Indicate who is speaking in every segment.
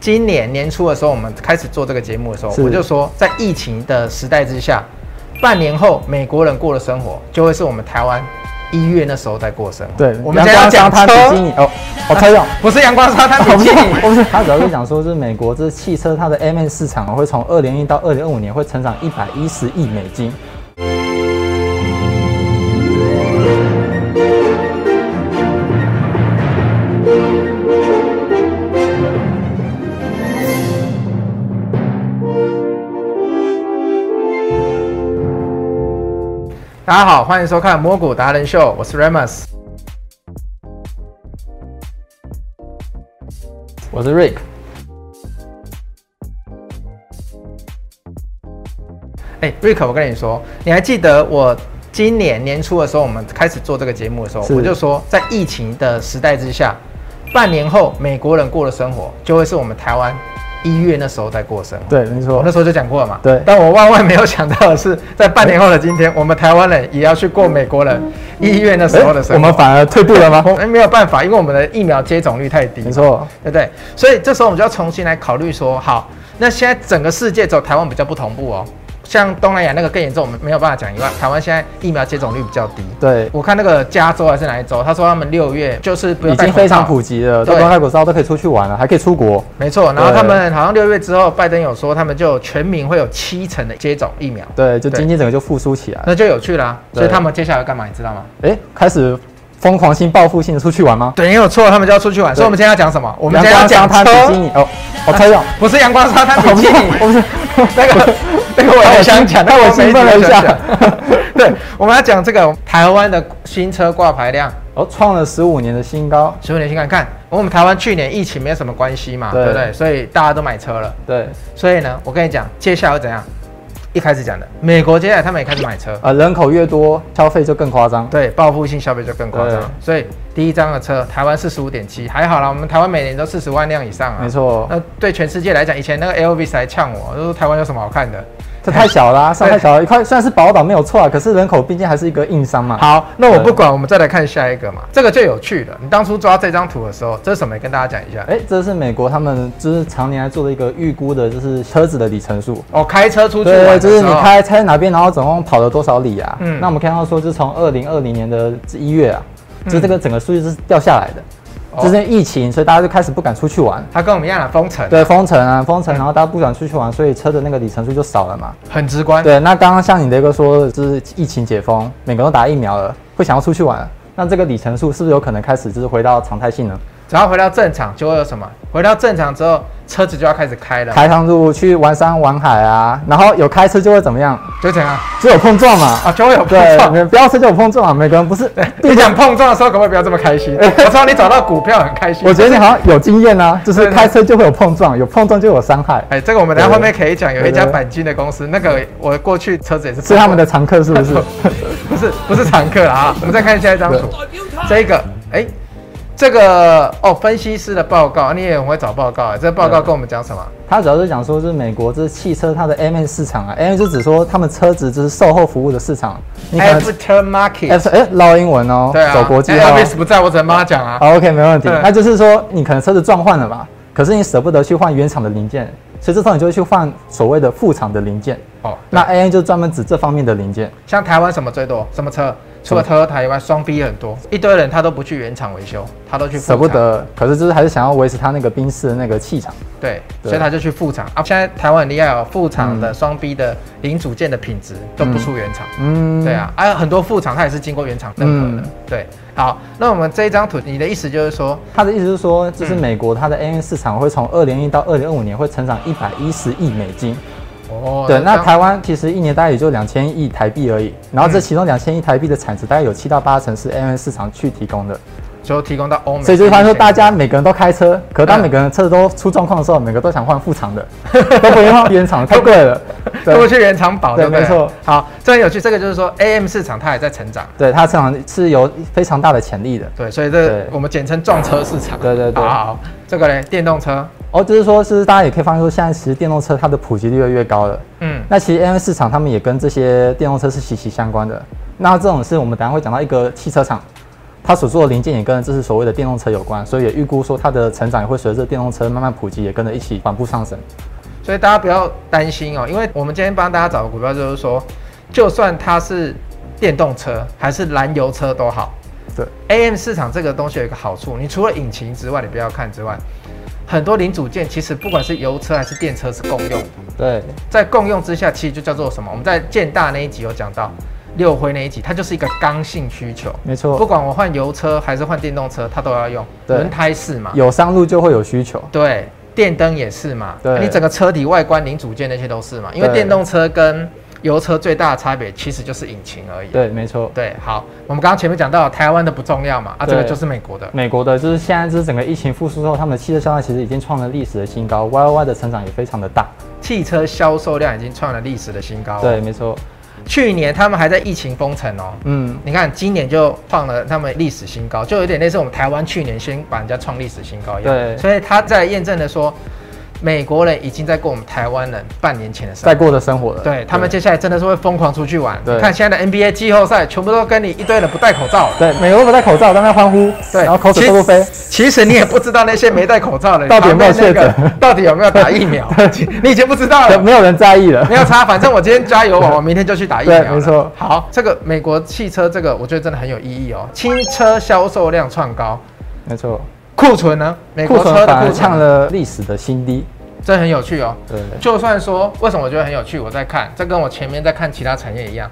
Speaker 1: 今年年初的时候，我们开始做这个节目的时候，
Speaker 2: 是
Speaker 1: 我就说，在疫情的时代之下，半年后美国人过的生活，就会是我们台湾一月那时候在过的生活。
Speaker 2: 对，
Speaker 1: 我们现在要
Speaker 2: 阳
Speaker 1: 讲
Speaker 2: 光沙滩
Speaker 1: 车，
Speaker 2: 比基尼哦，我猜中。
Speaker 1: 不是阳光沙滩
Speaker 2: 我
Speaker 1: 比
Speaker 2: 不
Speaker 1: 基
Speaker 2: 是
Speaker 1: 尼，，
Speaker 2: 我不是，他主要是讲说，是美国这汽车它的 M N 市场哦会从二零一到二零二五年会成长一百一十亿美金。
Speaker 1: 大家好，欢迎收看《摸骨达人秀》，我是 Remus。
Speaker 2: 我是 Rick，
Speaker 1: 哎、瑞 r i c k 我跟你说，你还记得我今年年初的时候，我们开始做这个节目的时候，
Speaker 2: 是
Speaker 1: 我就说，在疫情的时代之下，半年后美国人过的生活，就会是我们台湾一月那时候在过的生活。
Speaker 2: 对，没
Speaker 1: 我
Speaker 2: 错
Speaker 1: 哦那，时候就讲过了嘛。
Speaker 2: 对
Speaker 1: 但我万万没有想到的是，在半年后的今天，我们台湾人也要去过美国人一月那时候的
Speaker 2: 哎我
Speaker 1: 生活。
Speaker 2: 们反而退步 了吗？
Speaker 1: 我们没有办法，因为我们的疫苗接种率太低。
Speaker 2: 没错，
Speaker 1: 对不对？所以这时候我们就要重新来考虑说，好，那现在整个世界只有台湾比较不同步哦，像东南亚那个更严重，我们没有办法讲以外，台湾现在疫苗接种率比较低。
Speaker 2: 对，
Speaker 1: 我看那个加州还是哪一州，他说他们六月就是不用
Speaker 2: 已
Speaker 1: 戴
Speaker 2: 经
Speaker 1: 口
Speaker 2: 非常
Speaker 1: 罩
Speaker 2: 普及了，
Speaker 1: 对
Speaker 2: 在不用戴口罩都可以出去玩了，还可以出国。
Speaker 1: 没错。然后
Speaker 2: 对
Speaker 1: 他们好像六月之后，拜登有说他们就有全民会有七成的接种疫苗，
Speaker 2: 对，就
Speaker 1: 对
Speaker 2: 经济整个就复苏起来了。
Speaker 1: 那就有趣啦。
Speaker 2: 对
Speaker 1: 所以他们接下来要干嘛，你知道吗？
Speaker 2: 哎，开始疯狂性、报复性的出去玩吗？
Speaker 1: 对，没有错，他们就要出去玩。所以我们今天要讲什么？我
Speaker 2: 我
Speaker 1: 们今天要讲
Speaker 2: 滩比基
Speaker 1: 车，
Speaker 2: 尼哦，我猜中。
Speaker 1: 不是阳光沙滩比基 尼。
Speaker 2: 我不是，
Speaker 1: 那个 那个我也想讲，
Speaker 2: 但
Speaker 1: 那
Speaker 2: 我
Speaker 1: 个
Speaker 2: 兴奋了一
Speaker 1: 没想
Speaker 2: 下
Speaker 1: 讲。 对，我们要讲这个台湾的新车挂牌量，
Speaker 2: 我哦创了十五年的新高。
Speaker 1: 所以你先看看，我们台湾去年疫情没有什么关系嘛，
Speaker 2: 对
Speaker 1: 对不对？所以大家都买车了。
Speaker 2: 对，
Speaker 1: 所以呢，我跟你讲，接下来会怎样？一开始讲的，美国接下来他们也开始买车，
Speaker 2: 呃，人口越多，消费就更夸张。
Speaker 1: 对，报复性消费就更夸张
Speaker 2: 对。
Speaker 1: 所以第一张的车，台湾四十五点七，还好啦，我们台湾每年都四十万辆以上啊。
Speaker 2: 没。错，
Speaker 1: 那对全世界来讲，以前那个 Elvis 还呛我，就说台湾有什么好看的？
Speaker 2: 这太小
Speaker 1: 哎
Speaker 2: 啦，上太小了。一块虽然是宝岛没有错啊，可是人口毕竟还是一个硬伤嘛。
Speaker 1: 好，那我不管，我们再来看下一个嘛，这个就有趣了。你当初抓这张图的时候，这是什么？也跟大家讲一下。
Speaker 2: 哎，这是美国他们就是常年来做的一个预估的，就是车子的里程数。
Speaker 1: 哦，开车出去玩
Speaker 2: 对，
Speaker 1: 的
Speaker 2: 就是
Speaker 1: 时
Speaker 2: 你
Speaker 1: 候，
Speaker 2: 开开哪边，然后总共跑了多少里啊？
Speaker 1: 嗯
Speaker 2: 那我们看到说，就是从二零二零年的一月啊，就是这个整个数据是掉下来的，
Speaker 1: 嗯哦
Speaker 2: 就是因为疫情，所以大家就开始不敢出去玩。
Speaker 1: 它跟我们一样的封城，
Speaker 2: 对，封城啊，
Speaker 1: 嗯
Speaker 2: 封城，然后大家不敢出去玩，所以车的那个里程数就少了嘛。
Speaker 1: 很直观。
Speaker 2: 对，那刚刚像你的一个说，就是疫情解封，每个人都打疫苗了，会想要出去玩了，那这个里程数是不是有可能开始就是回到常态性呢？
Speaker 1: 只要回到正常，就会有什么？回到正常之后，车子就要开始开了，
Speaker 2: 开趟路去玩山玩海啊，然后有开车就会怎么样？
Speaker 1: 就怎样
Speaker 2: 就有碰撞 嘛。
Speaker 1: 啊？就会有碰撞。
Speaker 2: 对，不要车就有碰撞啊，每个人不是，
Speaker 1: 你讲碰撞的时候，可不可以不要这么开心？我知道你找到股票很开心。
Speaker 2: 哎我觉得你好像有经验啊，就
Speaker 1: 对
Speaker 2: 是
Speaker 1: 对
Speaker 2: 开车就会有碰撞，有碰撞就有伤害，
Speaker 1: 哎，这个我们等一下
Speaker 2: 对
Speaker 1: 后面可以讲，有一
Speaker 2: 对
Speaker 1: 家
Speaker 2: 对
Speaker 1: 钣金的公司，那个我过去车子也是
Speaker 2: 是他们的常客是不是？
Speaker 1: 不是不是常客 啊，我们再看下一张图，这个哎、这个哦，分析师的报告，你也很会找报告啊。这报告跟我们讲什么？
Speaker 2: 他主要是讲说，是美国这汽车它的 M N 市场啊，M N 就指说他们车子就是售后服务的市场。你可能
Speaker 1: Aftermarket，
Speaker 2: F 哎、老英文哦，
Speaker 1: 哎对啊，
Speaker 2: 走国际化、
Speaker 1: Elvis 不在我只能帮他讲啊。
Speaker 2: 好，OK，没问题
Speaker 1: 对。
Speaker 2: 那就是说，你可能车子撞坏了嘛，可是你舍不得去换原厂的零件，所以这时候你就会去换所谓的副厂的零件。
Speaker 1: 哦，
Speaker 2: 那 A N 就专门指这方面的零件。
Speaker 1: 像台湾什么最多？什么车？除了 Toyota 以外，双 B 也很多，一堆人他都不去原厂维修，他都去副厂
Speaker 2: 舍不。得，可是就是还是想要维持他那个宾士的那个气场。
Speaker 1: 对，
Speaker 2: 对
Speaker 1: 所以他就去副厂啊。现在台湾很厉害哦，副厂的双 B 的零组件的品质都不输原厂。
Speaker 2: 嗯，
Speaker 1: 对。啊，还、有很多副厂它也是经过原厂认可的。
Speaker 2: 嗯对
Speaker 1: 对，好，那我们这一张图，你的意思就是说，
Speaker 2: 他的意思是说，就是美国它的 A N 市场会从二零一到二零二五年会成长一百一十亿美金。
Speaker 1: 哦
Speaker 2: 对，那
Speaker 1: 这样
Speaker 2: 台湾其实一年大概也就两千亿台币而已，然
Speaker 1: 嗯
Speaker 2: 后这其中两千亿台币的产值大概有七到八成是 A N 市场去提供的。
Speaker 1: 就提供到欧美，
Speaker 2: 所以就是他说，大家每个人都开车，可当每个人车子都出状况的时候，每个都想换 副厂的，都不愿意换原厂，太贵了。
Speaker 1: 都
Speaker 2: 对
Speaker 1: 会，去原厂保，
Speaker 2: 对
Speaker 1: 对不对？
Speaker 2: 没错。
Speaker 1: 好，这很有趣，这个就是说 AM 市场它也在成长，
Speaker 2: 对，它市场是有非常大的潜力的。
Speaker 1: 对，所以这
Speaker 2: 对
Speaker 1: 我们简称撞车市场。
Speaker 2: 对对对
Speaker 1: 好好好这个嘞，电动车，
Speaker 2: 哦，就是说，是大家也可以发现说，现在其实电动车它的普及率越来越高了。
Speaker 1: 嗯，
Speaker 2: 那其实 M 市场他们也跟这些电动车是息息相关的。那这种是我们等一下会讲到一个汽车厂，它所做的零件也跟这是所谓的电动车有关，所以也预估说它的成长也会随着电动车慢慢普及，也跟着一起缓步上升。
Speaker 1: 所以大家不要担心哦，因为我们今天帮大家找的股票就是说，就算它是电动车还是燃油车都好
Speaker 2: 对，
Speaker 1: ，AM 市场这个东西有一个好处，你除了引擎之外，你不要看之外，很多零组件其实不管是油车还是电车是共用的，
Speaker 2: 对，
Speaker 1: 在共用之下，其实就叫做什么？我们在建大那一集有讲到。六辉那一集，它就是一个刚性需求，
Speaker 2: 没
Speaker 1: 不
Speaker 2: 错，
Speaker 1: 管我换油车还是换电动车，它都要用
Speaker 2: 哦对
Speaker 1: 轮胎是嘛？
Speaker 2: 有商路就会有需求。
Speaker 1: 对，电灯也是嘛。啊
Speaker 2: 对
Speaker 1: 你整个车体外观、零组件那些都是嘛。因为
Speaker 2: 对
Speaker 1: 电动车跟油车最大的差别其实就是引擎而已。
Speaker 2: 对，没错。
Speaker 1: 对，好，我们刚刚前面讲到台湾的不重要嘛，啊，这个
Speaker 2: 对
Speaker 1: 就是美国的。
Speaker 2: 美国的就是现在就是整个疫情复苏之后，他们的汽车销量其实已经创了历史的新高，Y O Y 的成长也非常的大。
Speaker 1: 汽车销售量已经创了历史的新高、
Speaker 2: 对，，没错。
Speaker 1: 去年他们还在疫情封城哦。
Speaker 2: 嗯，
Speaker 1: 你看，今年就创了他们历史新高，就有点类似我们台湾去年先把人家创历史新高一样。
Speaker 2: 对
Speaker 1: 所以他在验证了说，美国人已经在过我们台湾人半年前的生活
Speaker 2: 在。过的生活了。
Speaker 1: 对他们接下来真的是会疯狂出去玩。
Speaker 2: 对
Speaker 1: 你看现在的 NBA 季后赛，全部都跟你一堆人不戴口罩。
Speaker 2: 对美国都不戴口罩，在那欢呼，
Speaker 1: 对，
Speaker 2: 然后口水
Speaker 1: 其
Speaker 2: 都不飞。
Speaker 1: 其实你也不知道那些没戴口罩的人
Speaker 2: 到底有没有确诊
Speaker 1: 旁边那个到底有没有打疫苗，你已经不知道
Speaker 2: 对
Speaker 1: 了。
Speaker 2: 没有人在意了
Speaker 1: 没。有差，反正我今天加油，啊我明天就去打疫苗
Speaker 2: 对
Speaker 1: 了。
Speaker 2: 没错
Speaker 1: 好，这个美国汽车这个，我觉得真的很有意义哦。新车销售量创高，
Speaker 2: 没错，
Speaker 1: 库存呢？美
Speaker 2: 库
Speaker 1: 国
Speaker 2: 存
Speaker 1: 车的
Speaker 2: 反
Speaker 1: 库
Speaker 2: 而
Speaker 1: 存
Speaker 2: 创
Speaker 1: 呢，
Speaker 2: 了历史的新低。
Speaker 1: 这很有趣哦。
Speaker 2: 对，
Speaker 1: 就算说为什么我觉得很有趣，我在看，这跟我前面在看其他产业一样，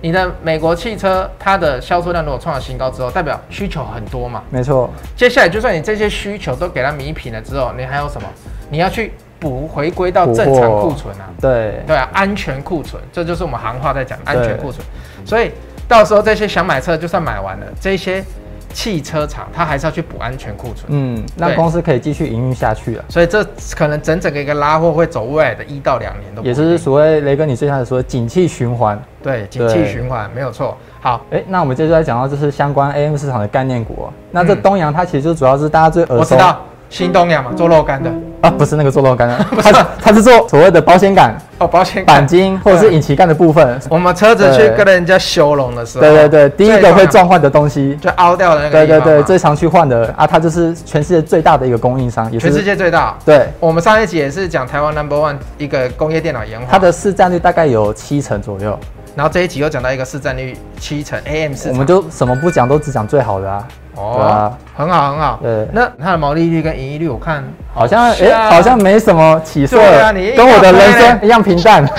Speaker 1: 你的美国汽车它的销售量如果创了新高之后，代表需求很多嘛。
Speaker 2: 没错，
Speaker 1: 接下来就算你这些需求都给它弥平了之后，你还有什么？你要去补回归到正常库存啊，
Speaker 2: 对，
Speaker 1: 对啊，安全库存，这就是我们行话在讲安全库存。所以到时候这些想买车就算买完了，这些汽车厂它还是要去补安全库存。
Speaker 2: 嗯，让
Speaker 1: 对
Speaker 2: 公司可以继续营运下去啊了。
Speaker 1: 所以这可能整整个一个拉货会走未来的一到两年都不
Speaker 2: 也
Speaker 1: 一定
Speaker 2: 是所谓雷哥你最开始说的景气循环。
Speaker 1: 对，景气循环没有错。好，
Speaker 2: 哎，那我们接着来讲到就是相关 AM 市场的概念股、哦。那这东阳它其实就主要是大家最耳熟，
Speaker 1: 嗯我知道新东阳嘛，做肉干的
Speaker 2: 啊，不是那个做肉干的， 它是它是做所谓的保险杆、
Speaker 1: 哦，保险杆
Speaker 2: 钣。金或者是引擎盖的部分。
Speaker 1: 我们车子去
Speaker 2: 对
Speaker 1: 跟人家修容的时候，
Speaker 2: 对对对，第一
Speaker 1: 最
Speaker 2: 个
Speaker 1: 重
Speaker 2: 会
Speaker 1: 要
Speaker 2: 撞换的东西。
Speaker 1: 就凹掉的那个
Speaker 2: 对
Speaker 1: 地
Speaker 2: 对
Speaker 1: 方
Speaker 2: 对，
Speaker 1: 嘛
Speaker 2: 最常去换的啊，它就是全世界最大的一个供应商，也
Speaker 1: 全世
Speaker 2: 是
Speaker 1: 界最大。
Speaker 2: 对
Speaker 1: 我们上一集也是讲台湾 number one 一个工业电脑研
Speaker 2: 它
Speaker 1: 发，
Speaker 2: 的市占率大概有七成左右。
Speaker 1: 然后这一集又讲到一个市占率七成 AM 市
Speaker 2: 我
Speaker 1: 场
Speaker 2: 们，就什么不讲，都只讲最好的啊。对
Speaker 1: 哦
Speaker 2: 啊，
Speaker 1: 很好很好。
Speaker 2: 对
Speaker 1: 那它的毛利率跟盈利率，我看
Speaker 2: 好像哎、
Speaker 1: 啊
Speaker 2: 好像没什么起色，
Speaker 1: 对啊你
Speaker 2: 跟我的人生一样平淡。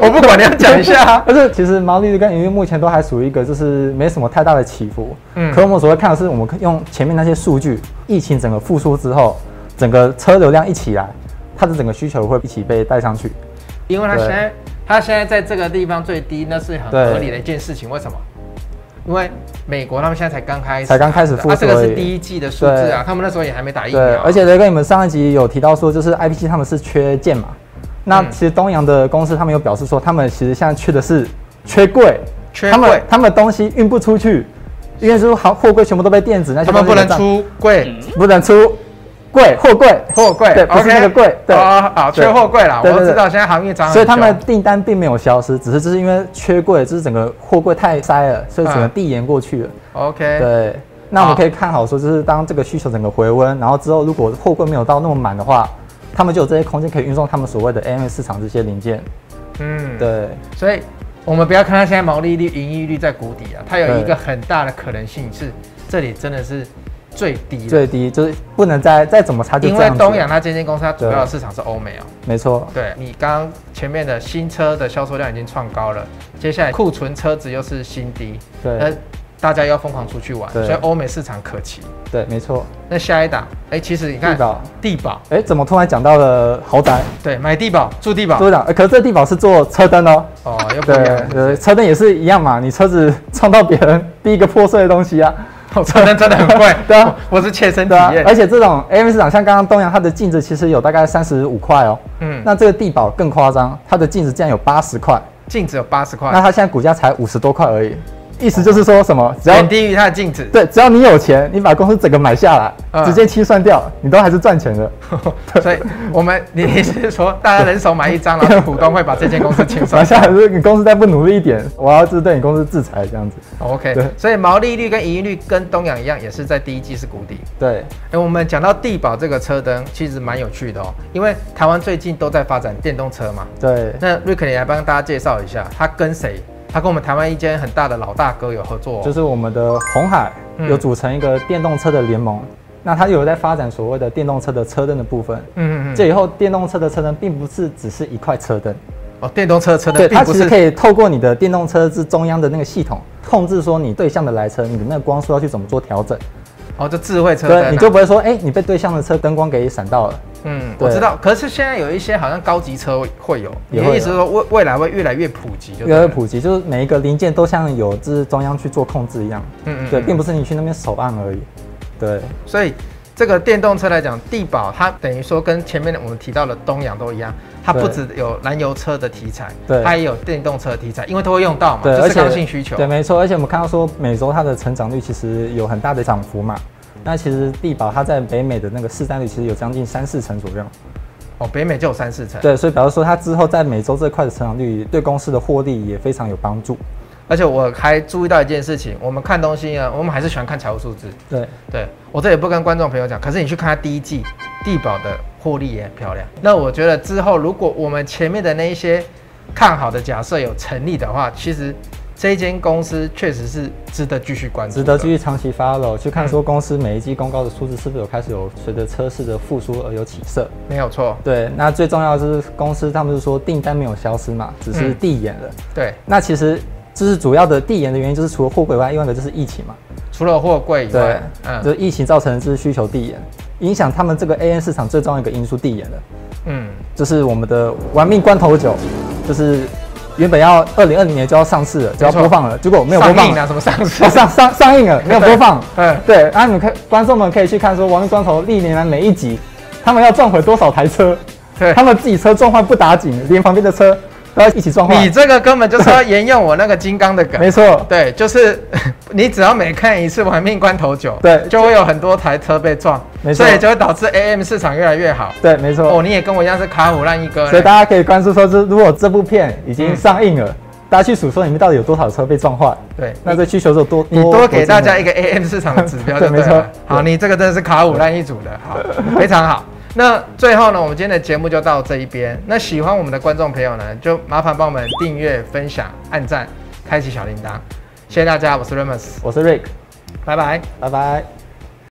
Speaker 1: 我不管你要讲一下 啊
Speaker 2: 而是其实毛利率跟盈利目前都还属于一个就是没什么太大的起伏。
Speaker 1: 嗯
Speaker 2: 嗯，可我们所谓看的是我们用前面那些数据，疫情整个复苏之后，整个车流量一起来，它的整个需求会一起被带上去。
Speaker 1: 因为它
Speaker 2: 对
Speaker 1: 现在它现在在这个地方最低，那是很
Speaker 2: 对
Speaker 1: 合理的一件事情。为什么？因为美国他们现在才刚开始，
Speaker 2: 才刚开始复苏
Speaker 1: 啊，这个
Speaker 2: 而
Speaker 1: 是
Speaker 2: 已
Speaker 1: 第一季的数字啊，他们那时候也还没打疫苗
Speaker 2: 对，
Speaker 1: 啊，
Speaker 2: 而且雷哥，你们上一集有提到说，就是 IPC 他们是缺件嘛？那
Speaker 1: 嗯
Speaker 2: 其实东阳的公司他们有表示说，他们其实现在缺的是缺柜，
Speaker 1: 缺
Speaker 2: 他们
Speaker 1: 柜
Speaker 2: 他们东西运不出去，因为是好货柜全部都被电子那些
Speaker 1: 他们
Speaker 2: 东
Speaker 1: 不
Speaker 2: 西
Speaker 1: 能
Speaker 2: 给占
Speaker 1: 出柜。
Speaker 2: 不能出柜货柜
Speaker 1: 货柜，
Speaker 2: 对，不是
Speaker 1: OK
Speaker 2: 那个柜，对
Speaker 1: 哦好，缺
Speaker 2: 对
Speaker 1: 货柜啦，我
Speaker 2: 对对
Speaker 1: 知
Speaker 2: 对
Speaker 1: 道现在行业涨很
Speaker 2: 所以他们
Speaker 1: 凶
Speaker 2: 订单并没有消失，只是就是因为缺柜，就是整个货柜太塞了，所以只能
Speaker 1: 嗯
Speaker 2: 递延过去了。
Speaker 1: OK，
Speaker 2: 对，那我
Speaker 1: 好
Speaker 2: 们可以看好说，就是当这个需求整个回温，然后之后如果货柜没有到那么满的话，他们就有这些空间可以运送他们所谓的 AM 市场这些零件。
Speaker 1: 嗯，
Speaker 2: 对，
Speaker 1: 所以我们不要看它现在毛利率、盈利率在谷底啊，它有一
Speaker 2: 对
Speaker 1: 个很大的可能性是这里真的是最低的，
Speaker 2: 最低就是不能再再怎么差就
Speaker 1: 因
Speaker 2: 这
Speaker 1: 为
Speaker 2: 样子。
Speaker 1: 东阳它这间公司它主要的市场是欧美哦。
Speaker 2: 没错，
Speaker 1: 对你刚刚前面的新车的销售量已经创高了，接下来库存车子又是新低，
Speaker 2: 对
Speaker 1: 那大家又要疯狂出去玩，
Speaker 2: 对
Speaker 1: 所以欧美市场可期。
Speaker 2: 对，没错。
Speaker 1: 那下一档，哎，其实你看
Speaker 2: 地保，
Speaker 1: 地保，
Speaker 2: 哎，怎么突然讲到了豪宅？
Speaker 1: 对，买地保住地保
Speaker 2: 队，长，呃可是这地方是做车灯哦。
Speaker 1: 啊哦，又不一
Speaker 2: 对
Speaker 1: 样， 了。
Speaker 2: 呃，车灯也是一样嘛，你车子 撞到别人，第一个破碎的东西啊，，
Speaker 1: 哦车灯真的很贵
Speaker 2: 对啊
Speaker 1: 我我是切身体
Speaker 2: 对啊。
Speaker 1: 验
Speaker 2: 而，且这种 AM 市场，像刚刚东阳，它的镜子其实有大概三十五块哦。
Speaker 1: 嗯，那
Speaker 2: 那这个地保更夸张，它的镜子竟然有八十块，
Speaker 1: 镜子有八十块
Speaker 2: 那，它现在股价才五十多块而已。意思就是说什么，只要
Speaker 1: 远低于它的净值。
Speaker 2: 对，只要你有钱，你把公司整个买下来，
Speaker 1: 嗯
Speaker 2: 直接清算掉，你都还是赚钱 的。
Speaker 1: 所以我们你你是说大家人手买一张，然后股东会把这间公司清
Speaker 2: 买
Speaker 1: 算
Speaker 2: 下来是你公司再不努力一点，我要是对你公司制裁这样子。
Speaker 1: 哦？OK，
Speaker 2: 对
Speaker 1: 所以毛利率跟盈利率跟东阳一样，也是在第一季是谷底。
Speaker 2: 对，
Speaker 1: 哎、我们讲到地保这个车灯，其实蛮有趣的哦，因为台湾最近都在发展电动车嘛。
Speaker 2: 对，
Speaker 1: 那瑞克，你来帮大家介绍一下，他跟谁？他跟我们台湾一间很大的老大哥有合作、哦，
Speaker 2: 就是我们的红海
Speaker 1: 嗯
Speaker 2: 有组成一个电动车的联盟，那它有在发展所谓的电动车的车灯的部分。
Speaker 1: 嗯嗯嗯，
Speaker 2: 这以后电动车的车灯并不是只是一块车灯，
Speaker 1: 哦，电动车的车灯
Speaker 2: 对，
Speaker 1: 并
Speaker 2: 它
Speaker 1: 不
Speaker 2: 其
Speaker 1: 是
Speaker 2: 实可以透过你的电动车之中央的那个系统，控制说你对向的来车，你的那个光束要去怎么做调整，
Speaker 1: 哦，就智慧车灯、啊，
Speaker 2: 对，你就不会说，哎、你被对向的车灯光给闪到了。
Speaker 1: 嗯，我
Speaker 2: 对
Speaker 1: 知道。可是现在有一些好像高级车会有，你
Speaker 2: 也会有
Speaker 1: 的意思是说未未来会越来越普及就对
Speaker 2: 越
Speaker 1: 了，
Speaker 2: 来越普及，就是每一个零件都像有就是中央去做控制一样，
Speaker 1: 嗯嗯
Speaker 2: 对，
Speaker 1: 嗯
Speaker 2: 并不是你去那边手按而已，对，
Speaker 1: 所以这个电动车来讲，地保它等于说跟前面我们提到的东阳都一样，它不
Speaker 2: 对
Speaker 1: 只有燃油车的题材，
Speaker 2: 对
Speaker 1: 它也有电动车的题材，因为都会用到嘛，
Speaker 2: 对，
Speaker 1: 哦这是刚性需求。
Speaker 2: 对，没错，而且我们看到说美洲它的成长率其实有很大的涨幅嘛，那其实地保它在北美的那个市占率其实有将近三四成左右，
Speaker 1: 哦，北美就有三四成，
Speaker 2: 对，所以表示说它之后在美洲这块的成长率对公司的获利也非常有帮助，
Speaker 1: 而且我还注意到一件事情，我们看东西啊呢，我们还是喜欢看财务数字。
Speaker 2: 对，
Speaker 1: 对我这也不跟观众朋友讲，可是你去看它第一季地保的获利也很漂亮。那我觉得之后如果我们前面的那一些看好的假设有成立的话，其实这间公司确实是值得继续关注，
Speaker 2: 值得继。续长期 follow 去看
Speaker 1: 嗯
Speaker 2: 说公司每一季公告的数字是不是有开始有随着车市的复苏而有起色，
Speaker 1: 没有错，
Speaker 2: 对，那最重要的就是公司他们是说订单没有消失嘛，只是
Speaker 1: 嗯
Speaker 2: 递延了。
Speaker 1: 对，
Speaker 2: 那其实就是主要的递延的原因就是除了货柜以外，另外一个就是疫情嘛，
Speaker 1: 除了货柜以
Speaker 2: 对
Speaker 1: 外，，
Speaker 2: 就
Speaker 1: 嗯
Speaker 2: 是疫情造成的就是需求递延，影响他们这个 A N 市场最重要一个因素递延了，
Speaker 1: 嗯，
Speaker 2: 就是我们的玩命关头酒，就是原本要二零二零年就要上市了，就要
Speaker 1: 没错
Speaker 2: 播放了，结果没有播
Speaker 1: 上
Speaker 2: 放
Speaker 1: 映啊，什么上市
Speaker 2: 哦，上上上映了，没有播放。
Speaker 1: 对嗯
Speaker 2: 对，啊然后你们看观众们可以去看说《亡命关头》历年来每一集，他们要撞毁多少台车，
Speaker 1: 对
Speaker 2: 他们自己车撞坏不打紧，连旁边的车都要一起撞
Speaker 1: 你
Speaker 2: 坏。
Speaker 1: 这个根本就是要沿用我那个金刚的梗，
Speaker 2: 没错，
Speaker 1: 对，就是 你只要每看一次《玩命关头九》，
Speaker 2: 对
Speaker 1: 就会有很多台车被撞，
Speaker 2: 没错
Speaker 1: 所以就会导致 AM 市场越来越好。
Speaker 2: 对，没错。
Speaker 1: 哦，你也跟我一样是卡虎烂一哥呢，欸
Speaker 2: 所以大家可以关注说，这如果这部片已经
Speaker 1: 嗯
Speaker 2: 上映了，大家去数说里面到底有多少车被撞坏，
Speaker 1: 对，
Speaker 2: 那这需求就多
Speaker 1: 你多给大家一
Speaker 2: 个
Speaker 1: 个 AM 市场的指标就
Speaker 2: 对
Speaker 1: 对
Speaker 2: 没错
Speaker 1: 了。好，你这个真的是卡五烂一组的， 好，非常好。那最后呢，我们今天的节目就到这一边。那喜欢我们的观众朋友呢，就麻烦帮我们订阅、分享、按赞、开启小铃铛，谢谢大家，我是 Remus，
Speaker 2: 我是 Rick，
Speaker 1: 拜拜。
Speaker 2: 拜拜。